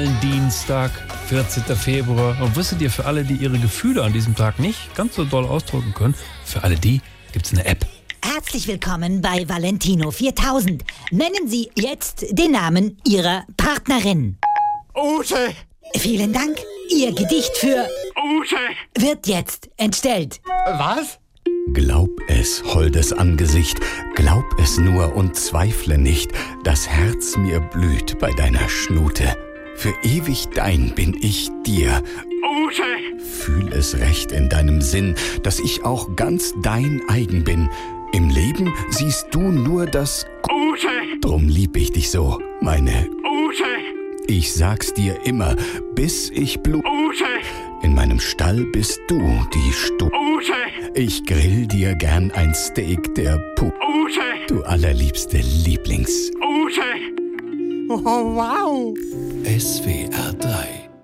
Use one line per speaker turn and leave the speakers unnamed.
Wallendienstag, 14. Februar. Und wusstet ihr, für alle, die ihre Gefühle an diesem Tag nicht ganz so doll ausdrücken können, für alle die gibt's eine App.
Herzlich willkommen bei Valentino 4000. Nennen Sie jetzt den Namen Ihrer Partnerin.
Ute!
Vielen Dank. Ihr Gedicht für
Ute!
wird jetzt entstellt.
Was?
Glaub es, holdes Angesicht, glaub es nur und zweifle nicht, das Herz mir blüht bei deiner Schnute. Für ewig dein bin ich dir,
Ute!
fühl es recht in deinem Sinn, dass ich auch ganz dein eigen bin. Im Leben siehst du nur das, G-
Ute!
drum lieb ich dich so, meine.
Ute!
Ich sag's dir immer, bis ich blut.
Ute!
In meinem Stall bist du die Stu.
Ute!
Ich grill dir gern ein Steak der Pup.
Ute!
Du allerliebste Lieblings.
Ute!
SWR 3